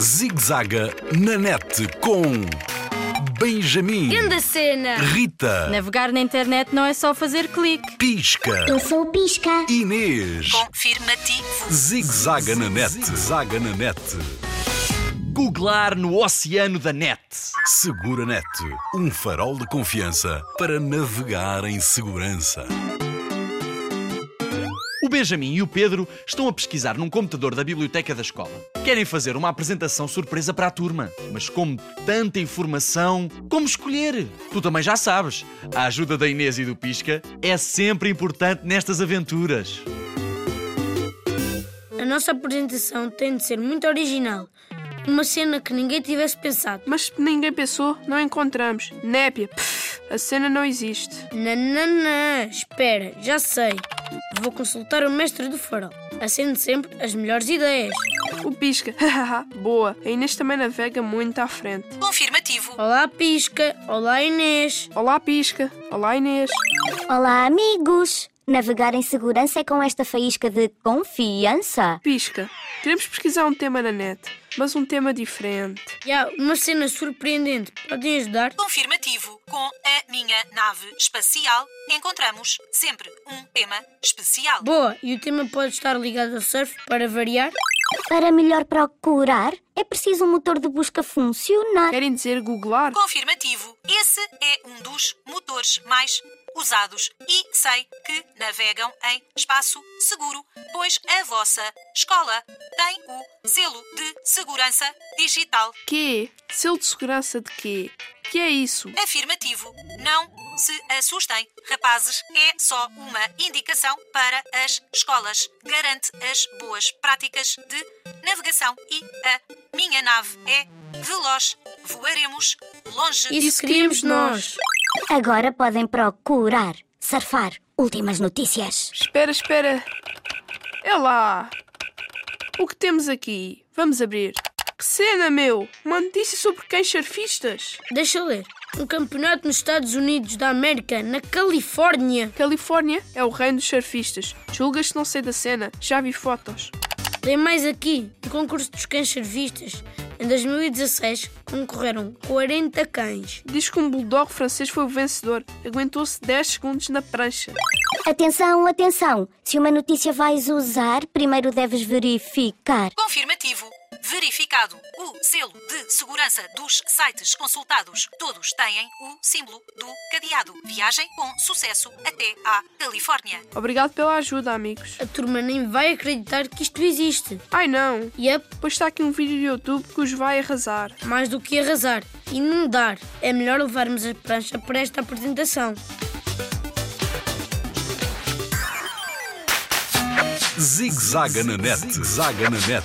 Zigzaga na net com Benjamin, Grande cena! Rita, Navegar na internet não é só fazer clique. Pisca, Eu sou o Pisca. Inês. Confirmativo. Zigzaga na net, zaga na net. Googlar no oceano da net. Segura Net, um farol de confiança para navegar em segurança. O Benjamin e o Pedro estão a pesquisar num computador da biblioteca da escola. Querem fazer uma apresentação surpresa para a turma. Mas como tanta informação, como escolher? Tu também já sabes. A ajuda da Inês e do Pisca é sempre importante nestas aventuras. A nossa apresentação tem de ser muito original. Uma cena que ninguém tivesse pensado. Mas ninguém pensou, não encontramos. Népia, pff, a cena não existe. Nananã, espera, já sei. Vou consultar o mestre do farol. Acende sempre as melhores ideias. O pisca, hahaha, boa. A Inês também navega muito à frente. Confirmativo. Olá, Pisca. Olá, Inês. Olá, pisca. Olá, Inês. Olá, amigos. Navegar em segurança é com esta faísca de confiança. Pisca, queremos pesquisar um tema na net, mas um tema diferente. E há uma cena surpreendente. Podem ajudar? Confirmativo. Com a minha nave espacial, encontramos sempre um tema especial. Boa, e o tema pode estar ligado ao surf para variar? Para melhor procurar, é preciso um motor de busca funcionar. Querem dizer googlar? Confirmativo. Esse é um dos motores mais usados e sei que navegam em espaço seguro, pois a vossa escola tem o selo de segurança digital. Quê? Selo de segurança de quê? Que é isso? Afirmativo. Não se assustem, rapazes. É só uma indicação para as escolas. Garante as boas práticas de navegação e a minha nave é veloz. Voaremos longe. Isso queríamos nós. Agora podem procurar, surfar, últimas notícias. Espera, espera. É lá. O que temos aqui? Vamos abrir. Que cena, meu! Uma notícia sobre cães surfistas. Deixa eu ler. Um campeonato nos Estados Unidos da América, na Califórnia. Califórnia é o reino dos surfistas. Julgas que não sei da cena, já vi fotos. Tem mais aqui, no concurso dos cães servistas. Em 2016, concorreram 40 cães. Diz que um bulldog francês foi o vencedor. Aguentou-se 10 segundos na prancha. Atenção, atenção! Se uma notícia vais usar, primeiro deves verificar. Confirmativo. Verificado. O selo de segurança dos sites consultados. Todos têm o símbolo do cadeado. Viagem com sucesso até à Califórnia. Obrigado pela ajuda, amigos. A turma nem vai acreditar que isto existe. Ai não! Yep, Depois está aqui um vídeo do YouTube que os vai arrasar. mais do que arrasar, inundar. É melhor levarmos a prancha para esta apresentação. Zigzaga na net, zaga na net.